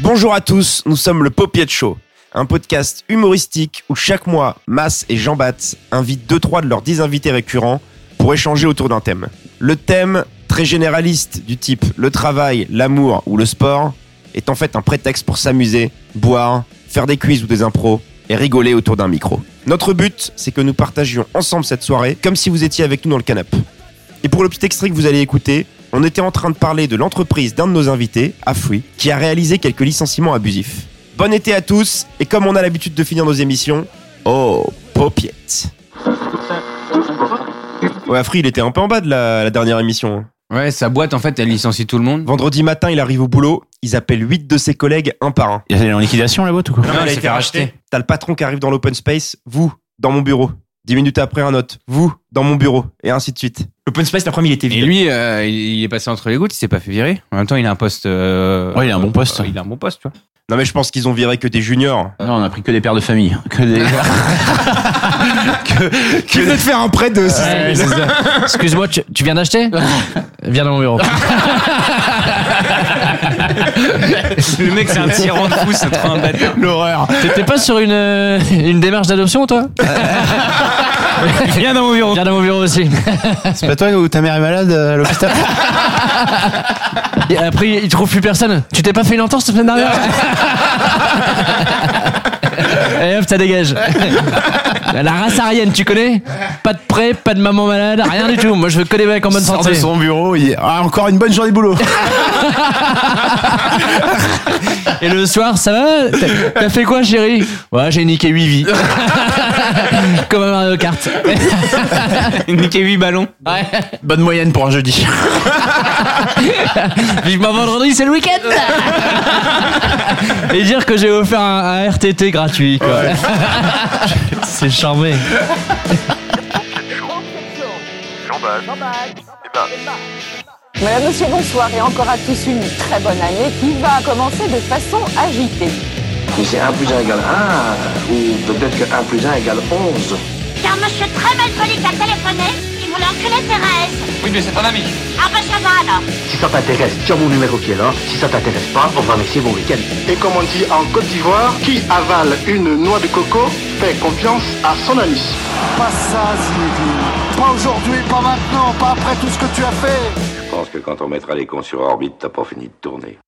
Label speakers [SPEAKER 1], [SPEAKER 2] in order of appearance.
[SPEAKER 1] Bonjour à tous, nous sommes le Popiette Show, un podcast humoristique où chaque mois, Mass et Jean Batz invitent deux trois de leurs dix invités récurrents pour échanger autour d'un thème. Le thème, très généraliste du type le travail, l'amour ou le sport, est en fait un prétexte pour s'amuser, boire, faire des quiz ou des impros et rigoler autour d'un micro. Notre but, c'est que nous partagions ensemble cette soirée comme si vous étiez avec nous dans le canapé. Et pour le petit extrait que vous allez écouter, on était en train de parler de l'entreprise d'un de nos invités, Afoui, qui a réalisé quelques licenciements abusifs. Bon été à tous, et comme on a l'habitude de finir nos émissions, oh, popiette. Ouais, Afri, il était un peu en bas de la, la dernière émission. hein.
[SPEAKER 2] Ouais, sa boîte, en fait, elle licencie tout le monde.
[SPEAKER 1] Vendredi matin, il arrive au boulot, ils appellent 8 de ses collègues un par un.
[SPEAKER 3] Elle est en liquidation la boîte ou quoi
[SPEAKER 2] Non, elle a été rachetée.
[SPEAKER 1] T'as le patron qui arrive dans l'open space, vous, dans mon bureau. 10 minutes après, un autre, vous, dans mon bureau, et ainsi de suite.
[SPEAKER 4] Open Space, la première, il était
[SPEAKER 2] Et
[SPEAKER 4] vide.
[SPEAKER 2] lui, euh, il il est passé entre les gouttes, il s'est pas fait virer. En même temps, il a un poste. euh,
[SPEAKER 3] Ouais, il a un bon poste.
[SPEAKER 2] euh, il a un bon poste, tu vois.
[SPEAKER 1] Non, mais je pense qu'ils ont viré que des juniors.
[SPEAKER 3] Non, on a pris que des pères de famille. Que des... que,
[SPEAKER 1] Qui venait de faire un prêt de
[SPEAKER 5] Ouais, c'est ça. Excuse-moi, tu, tu viens d'acheter Viens dans mon bureau.
[SPEAKER 2] Le mec, c'est un tyran de fou, c'est trop un bâtard.
[SPEAKER 3] l'horreur.
[SPEAKER 5] T'étais pas sur une, euh, une démarche d'adoption, toi
[SPEAKER 2] Viens dans mon bureau.
[SPEAKER 5] Viens dans mon bureau aussi.
[SPEAKER 3] C'est pas Bah, toi où ta mère est malade euh, à l'hôpital
[SPEAKER 5] Et après, il trouve plus personne. Tu t'es pas fait une entente cette semaine dernière Et hop, ça dégage. La race arienne, tu connais Pas de prêt, pas de maman malade, rien du tout. Moi, je veux que des mecs en bonne
[SPEAKER 3] Sort
[SPEAKER 5] santé.
[SPEAKER 3] de son bureau. il- Ah, encore une bonne journée de boulot.
[SPEAKER 5] Et le soir, ça va T'as- T'as fait quoi, chérie Ouais, j'ai niqué 8 vies. Comme un Mario Kart.
[SPEAKER 2] Niquer 8 ballons.
[SPEAKER 5] Ouais.
[SPEAKER 3] bonne moyenne pour un jeudi.
[SPEAKER 5] Vivement vendredi, c'est le week-end Et dire que j'ai offert un, un RTT gratuit, quoi. c'est charmé.
[SPEAKER 6] Madame, monsieur, bonsoir et encore à tous une très bonne année qui va commencer de façon agitée.
[SPEAKER 7] Mais c'est 1 plus 1 égale 1, ou peut-être que 1 plus 1 égale 11.
[SPEAKER 8] C'est un monsieur très malpoli qui a téléphoné, qui voulait enculer Thérèse.
[SPEAKER 2] Oui, mais c'est ton ami.
[SPEAKER 8] Ah ben ça va alors.
[SPEAKER 7] Si ça t'intéresse, tu as mon numéro qui est là. Si ça t'intéresse pas, on va mixer mon week-end. Et comme on dit en Côte d'Ivoire, qui avale une noix de coco fait confiance à son ami.
[SPEAKER 9] Pas ça, Zinédine. Pas aujourd'hui, pas maintenant, pas après tout ce que tu as fait.
[SPEAKER 10] Je pense que quand on mettra les cons sur orbite, t'as pas fini de tourner.